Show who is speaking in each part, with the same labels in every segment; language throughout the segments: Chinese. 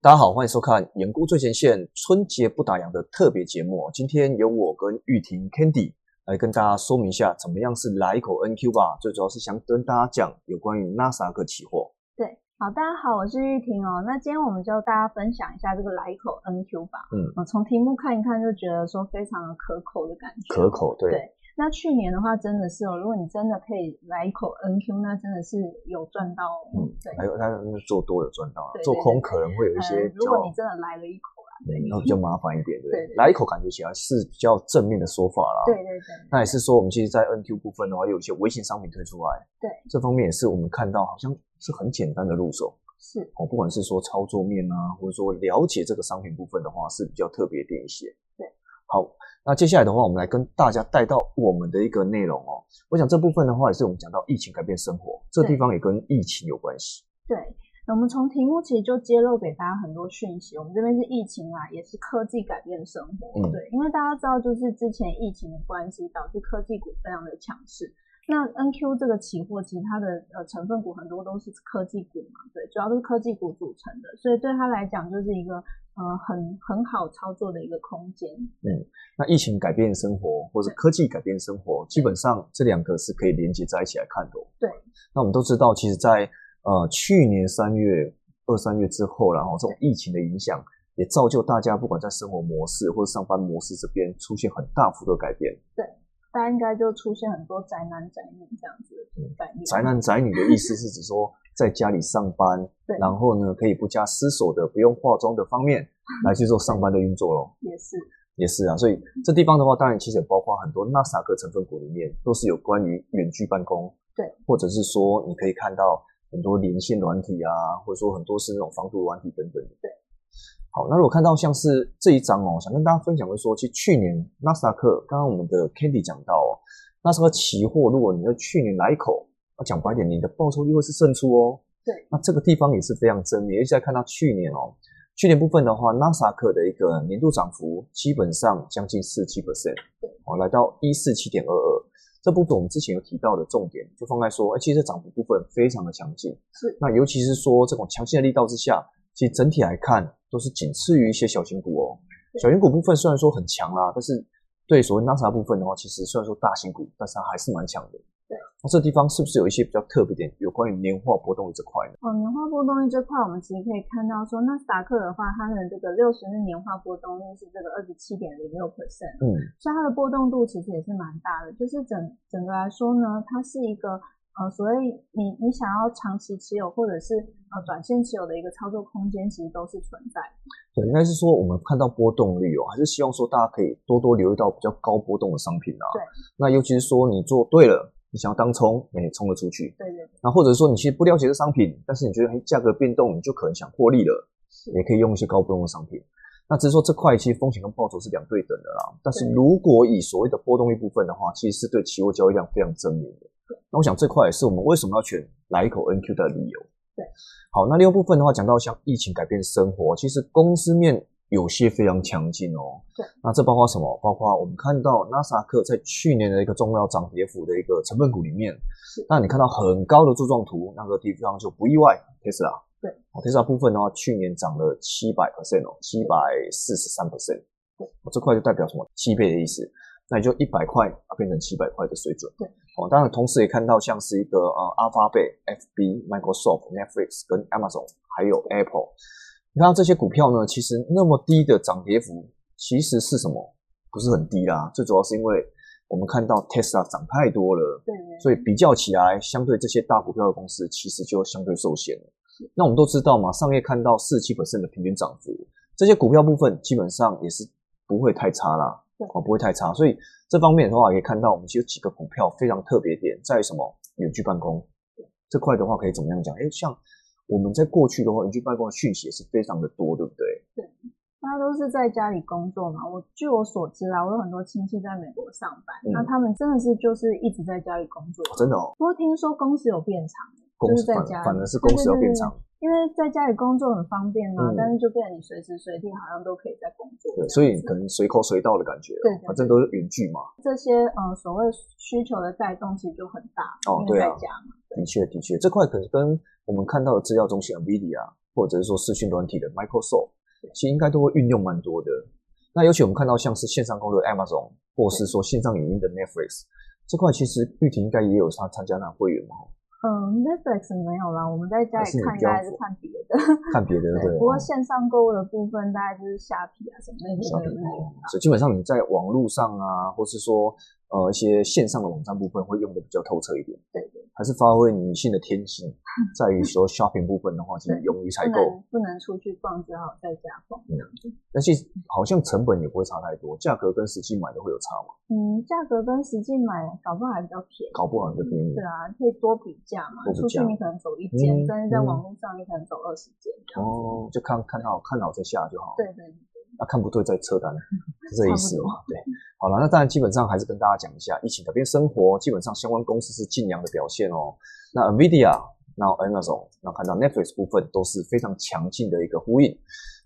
Speaker 1: 大家好，欢迎收看《演กู้最前线》春节不打烊的特别节目哦。今天由我跟玉婷 Candy 来跟大家说明一下，怎么样是来一口 NQ 吧。最主要是想跟大家讲有关于纳斯达克期货。
Speaker 2: 对，好，大家好，我是玉婷哦。那今天我们就大家分享一下这个来口 NQ 吧。
Speaker 1: 嗯，
Speaker 2: 呃从题目看一看就觉得说非常的可口的感觉。
Speaker 1: 可。口对，
Speaker 2: 对。那去年的话，真的是哦，如果你真的可以来一口 NQ，那真的是有赚到哦。
Speaker 1: 嗯
Speaker 2: 对。
Speaker 1: 还有大家做多有赚到啊
Speaker 2: 对，对
Speaker 1: 做空可能会有一些
Speaker 2: 呃
Speaker 1: 比
Speaker 2: 如
Speaker 1: 较，
Speaker 2: 果你真的来了一口啦，
Speaker 1: 嗯那比较麻烦一点，对不
Speaker 2: 对
Speaker 1: 对？
Speaker 2: 对
Speaker 1: 来一口感觉起来是比较正面的说法啦。
Speaker 2: 对对对，
Speaker 1: 那也是说，我们其实，在 NQ 部分的话，有一些微型商品推出来，
Speaker 2: 对
Speaker 1: 这方面也是我们看到好像是很简单的入手
Speaker 2: 是
Speaker 1: 哦。不管是说操作面啊，或者说了解这个商品部分的话，是比较特别点一些。
Speaker 2: 对，
Speaker 1: 好，那接下来的话，我们来跟大家带到我们的一个内容哦。我想这部分的话，也是我们讲到疫情改变生活，这地方也跟疫情有关系。
Speaker 2: 对。那我们从题目其实就揭露给大家很多讯息。我们这边是疫情啊啦，也是科技改变生活。
Speaker 1: 嗯
Speaker 2: 对，因为大家知道，就是之前疫情的关系，导致科技股非常的强势。那 NQ 这个期货，其实它的呃成分股很多都是科技股嘛，对，主要都是科技股组成的，所以对它来讲就是一个呃很很好操作的一个空间。
Speaker 1: 那疫情改变生活，或是
Speaker 2: 对
Speaker 1: 科技改变生活，基本上这两个是可以连接在一起来看的哦。
Speaker 2: 对，
Speaker 1: 那我们都知道，其实在，呃去年三月、二三月之后啦，然后这种疫情的影响，也造就大家不管在生活模式或者上班模式这边出现很大幅度的改变。
Speaker 2: 大家应该就出现很多宅男宅女这样子的概念。
Speaker 1: 嗯宅男宅女的意思是指说，在家里上班，
Speaker 2: 对
Speaker 1: 然后呢可以不加思索的、不用化妆的方 面来去做上班的运作咯。
Speaker 2: 也是
Speaker 1: 也是啊，所以这地方的话，当然其实也包括很多纳斯达克成分股里面都是有关于远距办公，
Speaker 2: 对，
Speaker 1: 或者是说你可以看到很多连线软体啊，或者说很多是那种防毒软体等等的。
Speaker 2: 对，
Speaker 1: 好，那如果看到像是这一张哦，想跟大家分享的是说，其实去年纳斯达克，刚刚我们的 Candy 讲到哦，纳斯达克期货，如果你在去年来一口，啊讲白点，你的报酬率会是胜出哦。
Speaker 2: 对，
Speaker 1: 那这个地方也是非常正面，尤其在看到去年哦，去年部分的话，纳斯达克的一个年度涨幅基本上将近四七 percent，哦，来到一四七点二二。这部分我们之前有提到的重点，就放在说，哎，其实涨幅部分非常的强劲。
Speaker 2: 是
Speaker 1: 那尤其是说这种强劲的力道之下，其实整体来看都是仅次于一些小型股哦。
Speaker 2: 对
Speaker 1: 小型股部分虽然说很强啦，但是对所谓纳斯达克部分的话，其实虽然说大型股，但是它还是蛮强的。
Speaker 2: 对，
Speaker 1: 那这地方是不是有一些比较特别点有关于年化波动率这块呢？
Speaker 2: 哦，年化波动率这块，我们其实可以看到说，纳斯达克的话，它的这个六十日年化波动率是这个二十七点零六 percent，
Speaker 1: 嗯，
Speaker 2: 所以它的波动度其实也是蛮大的。就是整整个来说呢，它是一个呃，所谓你你想要长期持有或者是呃短线持有的一个操作空间，其实都是存在的。
Speaker 1: 对，应该是说我们看到波动率哦，还是希望说大家可以多多留意到比较高波动的商品啊。
Speaker 2: 对，
Speaker 1: 那尤其是说你做对了，你想要当冲，哎，冲了出去。
Speaker 2: 对对对，
Speaker 1: 那或者说你其实不了解这商品，但是你觉得哎价格变动，你就可能想获利了，
Speaker 2: 是
Speaker 1: 也可以用一些高波动的商品。那只是说这块其实风险跟报酬是两对等的啦。但是
Speaker 2: 对
Speaker 1: 如果以所谓的波动率部分的话，其实是对期货交易量非常正面的。那我想这块也是我们为什么要选来一口 NQ 的理由。
Speaker 2: 对，
Speaker 1: 好，那另外部分的话，讲到像疫情改变生活，其实公司面有些非常强劲哦。
Speaker 2: 对，
Speaker 1: 那这包括什么？包括我们看到纳斯达克在去年的一个重要涨跌幅的一个成分股里面，那你看到很高的柱状图，那个地方就不意外，Tesla。
Speaker 2: 对
Speaker 1: 哦，Tesla 部分的话，去年涨了七百 percent 哦，七百四十三 percent。
Speaker 2: 对
Speaker 1: 哦，这块就代表什么？七倍的意思。那也就一百块啊变成七百块的水准。
Speaker 2: 对，
Speaker 1: 哦，当然同时也看到像是一个呃 Alphabet、FB、Microsoft、Netflix 跟 Amazon，还有 Apple。你看到这些股票呢，其实那么低的涨跌幅，其实是什么？不是很低啦，最主要是因为我们看到 Tesla 涨太多了。
Speaker 2: 对对对
Speaker 1: 所以比较起来，相对这些大股票的公司，其实就相对受限了。那我们都知道嘛，上月看到四七的平均涨幅，这些股票部分基本上也是不会太差啦，
Speaker 2: 对
Speaker 1: 哦，不会太差。所以这方面的话，可以看到我们其实有几个股票非常特别点，在于什么？远距办公这块的话，可以怎么样讲？诶，像我们在过去的话，远距办公的讯息也是非常的多，对不对？
Speaker 2: 大家都是在家里工作嘛。我据我所知啊啦，我有很多亲戚在美国上班，
Speaker 1: 嗯
Speaker 2: 那他们真的是就是一直在家里工作。
Speaker 1: 哦真的哦，
Speaker 2: 不过听说工时有变长，
Speaker 1: 公
Speaker 2: 就是
Speaker 1: 司
Speaker 2: 在
Speaker 1: 反
Speaker 2: 家，
Speaker 1: 反而是公司要变长。
Speaker 2: 对，对对因为在家里工作很方便嘛，
Speaker 1: 嗯
Speaker 2: 但是就变成你随时随地好像都可以在工作。
Speaker 1: 对，所以可能随口随到的感觉哦，
Speaker 2: 对对对
Speaker 1: 反正都是远距嘛。
Speaker 2: 这些呃所谓需求的带动其实就很大，
Speaker 1: 哦
Speaker 2: 因为
Speaker 1: 对
Speaker 2: 在
Speaker 1: 啊
Speaker 2: 家嘛。
Speaker 1: 的确，的确，这块可能跟我们看到的资料中心 NVIDIA 或者是说视讯软体的 Microsoft，其实应该都会运用蛮多的。那尤其我们看到像是线上攻略 Amazon，或是说线上影音的 Netflix 这块，其实玉婷应该也有参参加那会员嘛，
Speaker 2: 嗯，Netflix 没有啦，我们在家
Speaker 1: 还
Speaker 2: 里
Speaker 1: 是你
Speaker 2: 看
Speaker 1: 比较
Speaker 2: 大概是看别的。
Speaker 1: 看别的对 嗯
Speaker 2: 对，
Speaker 1: 不
Speaker 2: 不过
Speaker 1: 对
Speaker 2: 线上购物的部分大概就是虾皮啊什么那些
Speaker 1: 小
Speaker 2: 的
Speaker 1: 品
Speaker 2: 那
Speaker 1: 牌
Speaker 2: 种。
Speaker 1: 所以基本上你在网络上啊，或是说呃一些线上的网站部分会用的比较透彻一点，
Speaker 2: 对对，
Speaker 1: 还是发挥女性的天性，在于说 shopping 部分的话，其实
Speaker 2: 对
Speaker 1: 勇于采
Speaker 2: 不
Speaker 1: 购，
Speaker 2: 能不能出去逛，只好在家逛这样子。
Speaker 1: 但是好像成本也不会差太多，价格跟实际买的会有差嘛，
Speaker 2: 嗯，价格跟实际买搞不好还比较便宜。
Speaker 1: 搞不好就便宜
Speaker 2: 对。啊，可以多比价嘛。
Speaker 1: 多比
Speaker 2: 出去
Speaker 1: 价
Speaker 2: 你可能走一间，
Speaker 1: 嗯
Speaker 2: 但是在
Speaker 1: 嗯
Speaker 2: 网络上你可能走二十间这样。
Speaker 1: 哦，就看看好看好再下就好。
Speaker 2: 对对对，
Speaker 1: 啊，看不对再撤单，是这个意思
Speaker 2: 嗯差不
Speaker 1: 吗？对，好了，那当然基本上还是跟大家讲一下，疫情改变生活，基本上相关公司是晋阳的表现哦。那 Nvidia、那 Amazon、那看到 Netflix 部分都是非常强劲的一个呼应。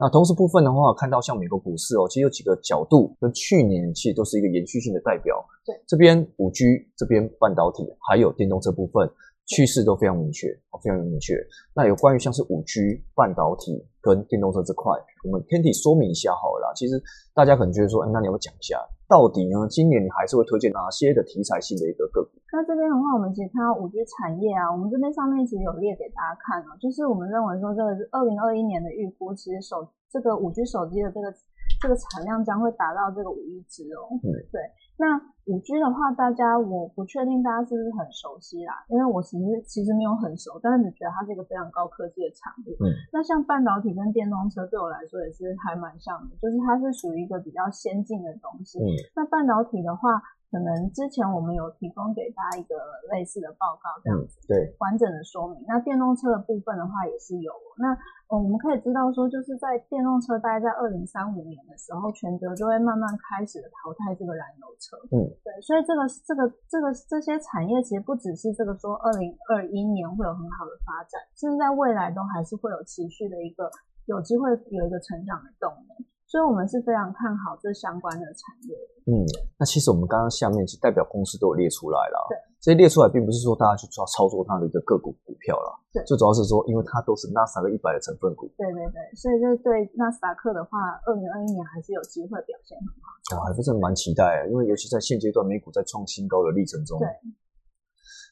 Speaker 1: 那同时部分的话，看到像美国股市哦，其实有几个角度跟去年其实都是一个延续性的代表。
Speaker 2: 对，
Speaker 1: 这边五 G，这边半导体，还有电动车部分趋势都非常明确，哦非常明确。那有关于像是五 G、半导体跟电动车这块，我们天体说明一下好了啦。其实大家可能觉得说，哎那你要不要讲一下，到底呢今年你还是会推荐哪些的题材性的一个个股？
Speaker 2: 那这边的话，我们其实看到五 G 产业啊，我们这边上面其实有列给大家看哦，就是我们认为说这个是二零二一年的预估，其实手这个五 G 手机的这个这个产量将会达到这个五亿只哦。
Speaker 1: 嗯
Speaker 2: 对。那五 G 的话，大家我不确定大家是不是很熟悉啦，因为我其实其实没有很熟，但是只觉得它是一个非常高科技的产物。
Speaker 1: 嗯。
Speaker 2: 那像半导体跟电动车对我来说也是还蛮像的，就是它是属于一个比较先进的东西。
Speaker 1: 嗯，
Speaker 2: 那半导体的话，可能之前我们有提供给大家一个类似的报告，这样
Speaker 1: 嗯，对，
Speaker 2: 完整的说明。那电动车的部分的话也是有哦，那呃我们可以知道说，就是在电动车大概在二零三五年的时候，全球就会慢慢开始淘汰这个燃油车。
Speaker 1: 嗯，
Speaker 2: 对，所以这个这个这个这些产业其实不只是这个说二零二一年会有很好的发展，甚至在未来都还是会有持续的一个有机会有一个成长的动能。所以我们是非常看好这相关的产业的。
Speaker 1: 嗯，那其实我们刚刚下面其实代表公司都有列出来啦。
Speaker 2: 对，
Speaker 1: 这些列出来并不是说大家去操操作它的一个个股股票啦，
Speaker 2: 对
Speaker 1: 最主要是说因为它都是纳斯达克一百的成分股，
Speaker 2: 对对对，所以就是对纳斯达克的话，二零二一年还是有机会表现很好。
Speaker 1: 我还不是蛮期待的，因为尤其在现阶段美股在创新高的历程中。
Speaker 2: 对。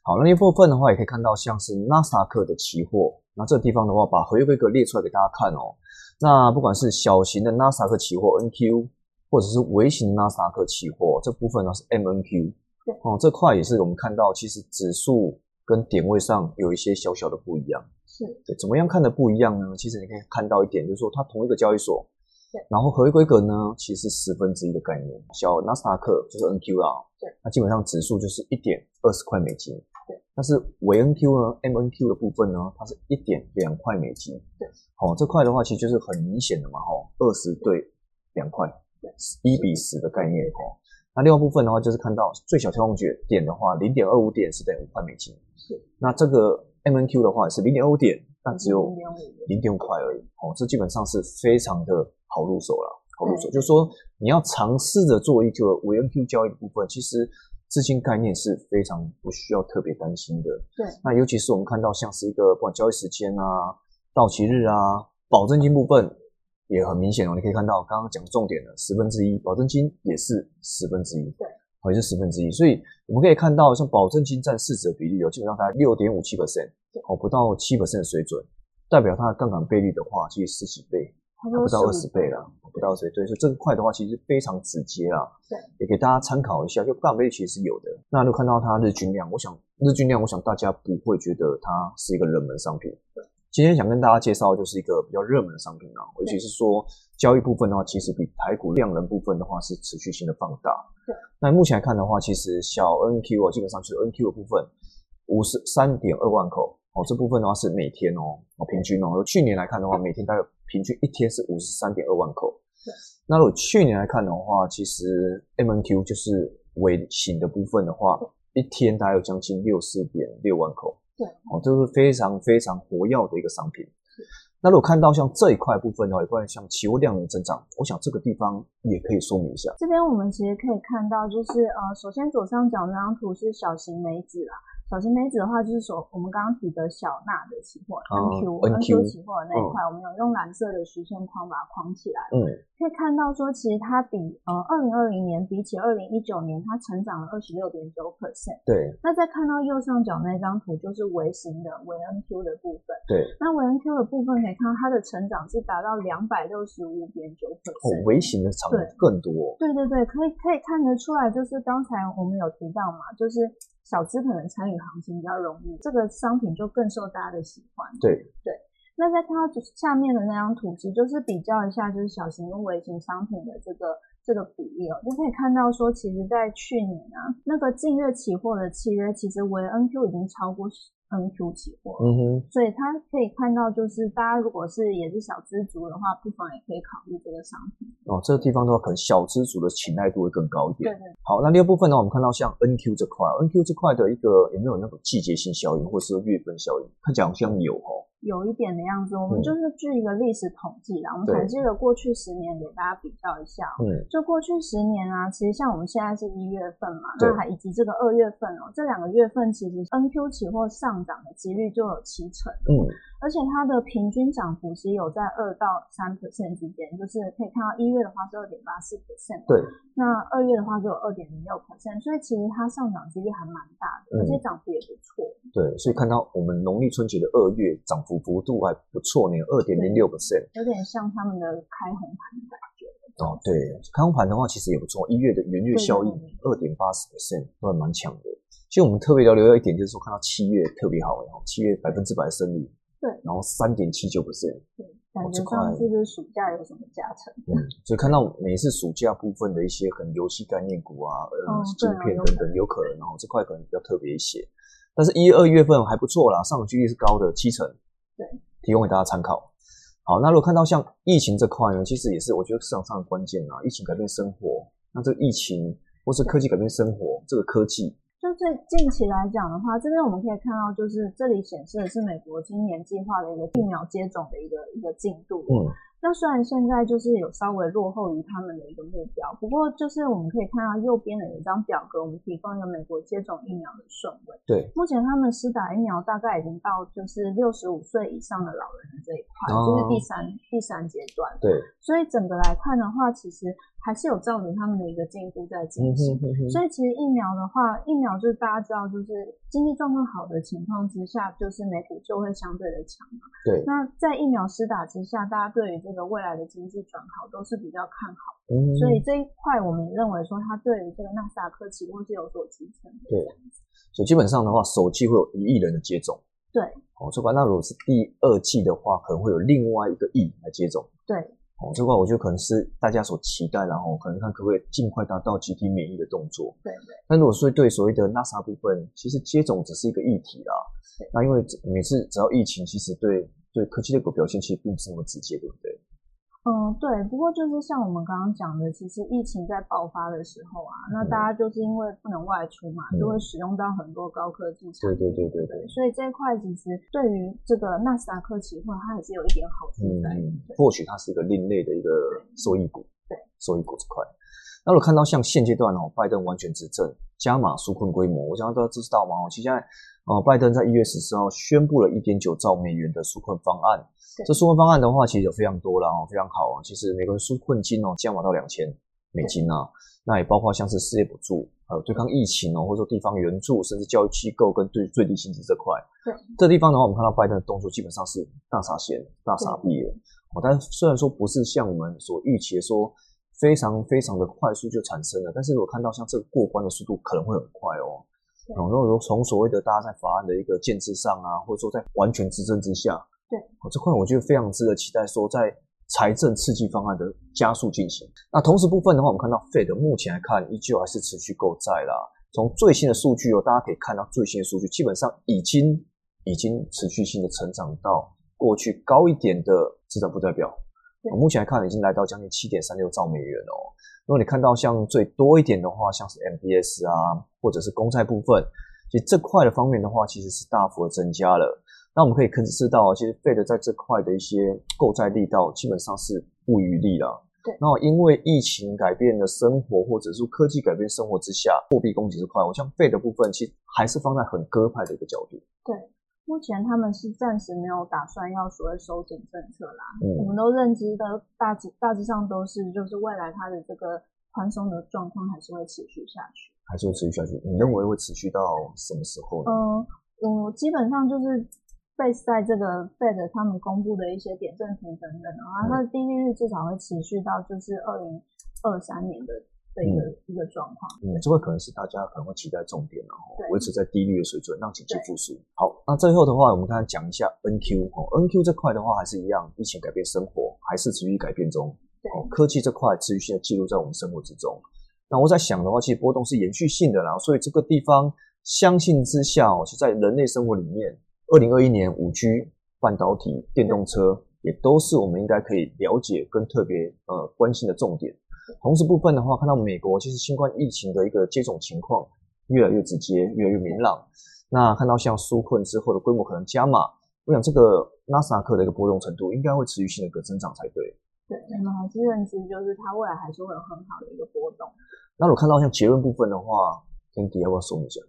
Speaker 1: 好，那一部分的话也可以看到，像是纳斯达克的期货，那这个地方的话，把合约规格列出来给大家看哦。那不管是小型的纳斯达克期货 NQ，或者是微型纳斯达克期货，这部分呢是 MNQ。
Speaker 2: 对。
Speaker 1: 哦，这块也是我们看到，其实指数跟点位上有一些小小的不一样。
Speaker 2: 是，
Speaker 1: 对，怎么样看的不一样呢？其实你可以看到一点，就是说它同一个交易所
Speaker 2: 对，
Speaker 1: 然后合约规格呢，其实是十分之一的概念。小纳斯达克就是 NQ 啦，
Speaker 2: 对，
Speaker 1: 啊那基本上指数就是一点二十块美金，
Speaker 2: 对。
Speaker 1: 但是伪 NQ 呢，MNQ 的部分呢，它是一点两块美金，
Speaker 2: 对。
Speaker 1: 好、这块的话其实就是很明显的嘛，哈、哦，二十对两块
Speaker 2: 对，
Speaker 1: 一比十的概念哦。那另外部分的话，就是看到最小跳动点点的话，零点二五点是等于五块美金
Speaker 2: 是。
Speaker 1: 那这个 MNQ 的话是零点二五点，但只有
Speaker 2: 零点五元。
Speaker 1: 零点五块而已。哦，这基本上是非常的好入手了，好入手。
Speaker 2: 对
Speaker 1: 就是说你要尝试着做一个 VNQ 交易的部分，其实资金概念是非常不需要特别担心的。
Speaker 2: 对，
Speaker 1: 那尤其是我们看到像是一个不管交易时间啊、到期日啊、保证金部分。也很明显哦，你可以看到刚刚讲重点了，十分之一保证金也是十分之一，
Speaker 2: 对
Speaker 1: 哦，也是十分之一，所以我们可以看到，像保证金占市值的比例有基本上大概六点五七 percent，哦，不到七 percent 的水准，代表它的杠杆倍率的话，其实十几倍，
Speaker 2: 差不
Speaker 1: 不到二
Speaker 2: 15
Speaker 1: 十倍了，不到二十倍。对，所以这个块的话，其实非常直接啦。
Speaker 2: 对，
Speaker 1: 也给大家参考一下，就杠杆倍率其实是有的。那如果看到它日均量，我想日均量，我想大家不会觉得它是一个热门商品。今天想跟大家介绍的就是一个比较热门的商品啊，尤其是说交易部分的话，其实比台股量能部分的话是持续性的放大。
Speaker 2: 对，
Speaker 1: 那目前来看的话，其实小 NQ 啊，基本上就是 NQ 的部分，五十三点二万口哦，这部分的话是每天哦，哦平均哦，去年来看的话，每天大概平均一天是五十三点二万口。
Speaker 2: 对，
Speaker 1: 那如果去年来看的话，其实 MNQ 就是微型的部分的话，一天大概有将近六四点六万口。
Speaker 2: 对，
Speaker 1: 哦，这是非常非常活跃的一个商品。那如果看到像这一块部分的话，有关于像期货量能增长，我想这个地方也可以说明一下。
Speaker 2: 这边我们其实可以看到，就是呃，首先左上角那张图是小型美指啦，小型杯子的话，就是说我们刚刚提的小纳的期货
Speaker 1: 嗯
Speaker 2: NQ
Speaker 1: NQ
Speaker 2: 期货的那一块，我们有用蓝色的实线框把它框起来。
Speaker 1: 嗯，
Speaker 2: 可以看到说，其实它比呃二零二零年比起二零一九年，它成长了二十六点九 percent。
Speaker 1: 对
Speaker 2: 那再看到右上角那张图，就是微型的微 NQ 的部分。
Speaker 1: 对，
Speaker 2: 那微 NQ 的部分可以看到，它的成长是达到两百六十五点九
Speaker 1: 哦
Speaker 2: percent。，
Speaker 1: 微型的厂
Speaker 2: 对
Speaker 1: 更多，
Speaker 2: 对对对，可以可以看得出来，就是刚才我们有提到嘛，就是小资可能参与行情比较容易，这个商品就更受大家的喜欢。
Speaker 1: 对
Speaker 2: 那再看到就是下面的那张图，其实就是比较一下，就是小型跟微型商品的这个这个比例哦，就可以看到说，其实在去年啊，那个近月期货的契约，其实为 NQ 已经超过 NQ 期货了。
Speaker 1: 嗯哼，
Speaker 2: 所以它可以看到，就是大家如果是也是小资族的话，不妨也可以考虑这个商品。
Speaker 1: 哦，这个地方的话，可能小资主的青睐度会更高一点。
Speaker 2: 对，
Speaker 1: 好，那第二部分呢，我们看到像 NQ 这块，NQ 这块的一个有没有那种季节性效应，或是月份效应？看起来好像有哦。
Speaker 2: 有一点的样子。我
Speaker 1: 嗯
Speaker 2: 们就是据一个历史统计啦，我们
Speaker 1: 对
Speaker 2: 统计了过去十年，给大家比较一下哦、
Speaker 1: 嗯，
Speaker 2: 就过去十年啊，其实像我们现在是一月份嘛，
Speaker 1: 对
Speaker 2: 那还以及这个二月份哦，这两个月份其实 NQ 期货上涨的几率就有七成，
Speaker 1: 嗯，
Speaker 2: 而且它的平均涨幅其实有在二到三 percent 之间，就是可以看到一月的话是二点八四 percent，
Speaker 1: 对，
Speaker 2: 那二月的话就有二点零六 percent，所以其实它上涨几率还蛮大的，
Speaker 1: 嗯
Speaker 2: 而且涨幅也不错。
Speaker 1: 对，所以看到我们农历春节的二月涨幅幅度还不错呢，二点零六 percent。
Speaker 2: 有点像他们的开红盘的感觉。
Speaker 1: 哦，对，康盘的话其实也不错，一月的元月效应
Speaker 2: 对对
Speaker 1: 二点八十 percent 都还蛮强的。其实我们特别要留意一点，就是说看到七月特别好，然后七月百分之百胜率，
Speaker 2: 对
Speaker 1: 然后三点七九 percent，
Speaker 2: 对，感
Speaker 1: 哦这
Speaker 2: 觉
Speaker 1: 块
Speaker 2: 上是不是暑假有什么加成？
Speaker 1: 嗯，所以看到每一次暑假部分的一些可能游戏概念股啊，呃
Speaker 2: 哦，
Speaker 1: 晶
Speaker 2: 对啊
Speaker 1: 片
Speaker 2: 有
Speaker 1: 等等，有可能，然后这块可能比较特别一些。但是，一、二月份还不错啦，上涨几率是高的，七成。
Speaker 2: 对，
Speaker 1: 提供给大家参考。好，那如果看到像疫情这块呢，其实也是我觉得市场上的关键啊，疫情改变生活，那这个疫情或是科技改变生活，这个科技，
Speaker 2: 就最近期来讲的话，这边我们可以看到，就是这里显示的是美国今年计划的一个疫苗接种的一个一个进度。
Speaker 1: 嗯，
Speaker 2: 那虽然现在就是有稍微落后于他们的一个目标，不过就是我们可以看到右边的有一张表格，我们提供一个美国接种疫苗的顺位。
Speaker 1: 对，
Speaker 2: 目前他们施打疫苗大概已经到就是六十五岁以上的老人的这一块，
Speaker 1: 哦
Speaker 2: 就是第三第三阶段。
Speaker 1: 对，
Speaker 2: 所以整个来看的话，其实还是有照着他们的一个进度在进
Speaker 1: 嗯
Speaker 2: 行。
Speaker 1: 哼哼
Speaker 2: 所以其实疫苗的话，疫苗就是大家知道，就是经济状况好的情况之下，就是美股就会相对的强嘛。
Speaker 1: 对，嗯
Speaker 2: 那在疫苗施打之下，大家对于这个未来的经济转好都是比较看好的，
Speaker 1: 嗯
Speaker 2: 所以这一块我们也认为说，它对于这个纳斯达克期货是有所支撑的。
Speaker 1: 对所以基本上的话，首季会有一亿人的接种。
Speaker 2: 对，
Speaker 1: 哦，这块那如果是第二季的话，可能会有另外一个亿来接种。
Speaker 2: 对，
Speaker 1: 哦，这块我觉得可能是大家所期待，然后可能看可不可以尽快达到集体免疫的动作。
Speaker 2: 对对
Speaker 1: 那如果说对所谓的 NASA 部分，其实接种只是一个议题啦
Speaker 2: 对。
Speaker 1: 那因为每次只要疫情，其实对对科技类股表现其实并不是那么直接，对不对？
Speaker 2: 嗯，对。不过就是像我们刚刚讲的，其实疫情在爆发的时候啊，那
Speaker 1: 嗯
Speaker 2: 大家就是因为不能外出嘛，就会使用到很多高科技产
Speaker 1: 对
Speaker 2: 品。
Speaker 1: 对对对对。
Speaker 2: 所以这一块其实对于这个纳斯达克期货，它还是有一点好处在。
Speaker 1: 嗯，或许它是一个另类的一个收益股，
Speaker 2: 对，
Speaker 1: 收益股这块。那我看到像现阶段哦，拜登完全执政，加码纾困规模，我想大家知道嘛，哦，其实现在呃，拜登在一月十四号宣布了一点九兆美元的纾困方案
Speaker 2: 对。
Speaker 1: 这纾困方案的话，其实有非常多了哦，非常好啊。其实美国人纾困金哦，加码到两千美金啊，那也包括像是失业补助，还有对抗疫情哦，或者说地方援助，甚至教育机构跟对最低薪资这块。
Speaker 2: 对，
Speaker 1: 这地方的话，我们看到拜登的动作基本上是大傻钱、大傻逼了。哦，但虽然说不是像我们所预期的说非常非常的快速就产生了，但是我看到像这个过关的速度可能会很快哦。
Speaker 2: 对
Speaker 1: 哦，那如果从所谓的大家在法案的一个建制上啊，或者说在完全执政之下，
Speaker 2: 对
Speaker 1: 哦，这块我觉得非常值得期待，说在财政刺激方案的加速进行。那同时部分的话，我们看到 Fed 目前来看依旧还是持续购债啦。从最新的数据哦，大家可以看到最新的数据，基本上已经已经持续性的成长到过去高一点的资产负债表。
Speaker 2: 对
Speaker 1: 哦目前来看已经来到将近七点三六兆美元哦。如果你看到像最多一点的话，像是 MBS 啊，或者是公债部分，其实这块的方面的话，其实是大幅的增加了。那我们可以可知道，其实 Fed 在这块的一些购债力道基本上是不遗余力啦。
Speaker 2: 对
Speaker 1: 那因为疫情改变了生活，或者是科技改变生活之下，货币供给是快。我像费的部分，其实还是放在很鸽派的一个角度。
Speaker 2: 对，目前他们是暂时没有打算要所谓收紧政策啦。我
Speaker 1: 嗯，
Speaker 2: 们都认知的大致大致上都是，就是未来它的这个宽松的状况还是会持续下去。
Speaker 1: 还是会持续下去。你认为会持续到什么时候呢？
Speaker 2: 嗯，我基本上就是 base 在这个 Fed 他们公布的一些点阵图等等的话，然后它的低利率至少会持续到就是二零二三年的的一个、一个状况。
Speaker 1: 嗯，这个可能是大家可能会期待的重点，然后
Speaker 2: 对
Speaker 1: 维持在低率的水准，让经济复苏。好，那最后的话，我们刚才讲一下 NQ 哦，NQ 这块的话还是一样，疫情改变生活，还是持续改变中。
Speaker 2: 对，
Speaker 1: 哦，科技这块持续性的记录在我们生活之中。那我在想的话，其实波动是延续性的啦，所以这个地方相信之下哦，是在人类生活里面，二零二一年五 G、半导体、电动车也都是我们应该可以了解跟特别呃关心的重点。同时部分的话，看到美国其实新冠疫情的一个接种情况越来越直接，越来越明朗。那看到像纾困之后的规模可能加码，我想这个纳斯达克的一个波动程度应该会持续性的一个增长才对。
Speaker 2: 对，我们还是认知就是它未来还是会有很好的一个波动。
Speaker 1: 那我看到像结论部分的话，天迪要不要说明一下？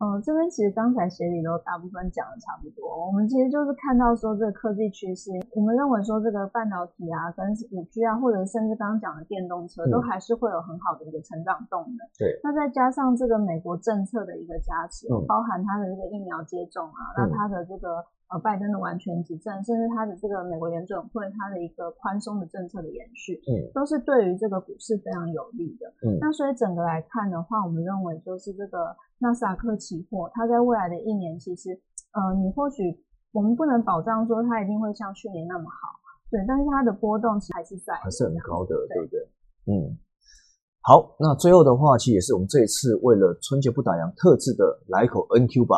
Speaker 2: 嗯，这边其实刚才协理都大部分讲的差不多。我们其实就是看到说这个科技趋势，我们认为说这个半导体啊、跟五 G 啊，或者甚至刚刚讲的电动车，都
Speaker 1: 嗯
Speaker 2: 还是会有很好的一个成长动能。
Speaker 1: 对。
Speaker 2: 那再加上这个美国政策的一个加持，
Speaker 1: 嗯
Speaker 2: 包含它的这个疫苗接种啊，那
Speaker 1: 嗯
Speaker 2: 它的这个呃拜登的完全执政，甚至它的这个美国联准会它的一个宽松的政策的延续，
Speaker 1: 嗯
Speaker 2: 都是对于这个股市非常有利的。
Speaker 1: 嗯
Speaker 2: 那所以整个来看的话，我们认为就是这个纳斯达克期货，它在未来的一年，其实呃，你或许我们不能保障说它一定会像去年那么好，对，但是它的波动其实还是在的，
Speaker 1: 还是很高的，
Speaker 2: 对
Speaker 1: 对不对？嗯，好，那最后的话，其实也是我们这一次为了春节不打烊特制的来一口 NQ 吧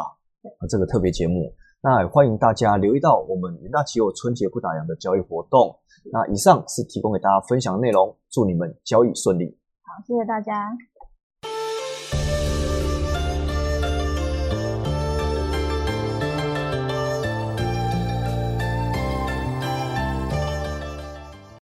Speaker 1: 啊
Speaker 2: 对
Speaker 1: 这个特别节目。那也欢迎大家留意到我们元大期有春节不打烊的交易活动。那以上是提供给大家分享的内容，祝你们交易顺利。
Speaker 2: 好，谢谢大家。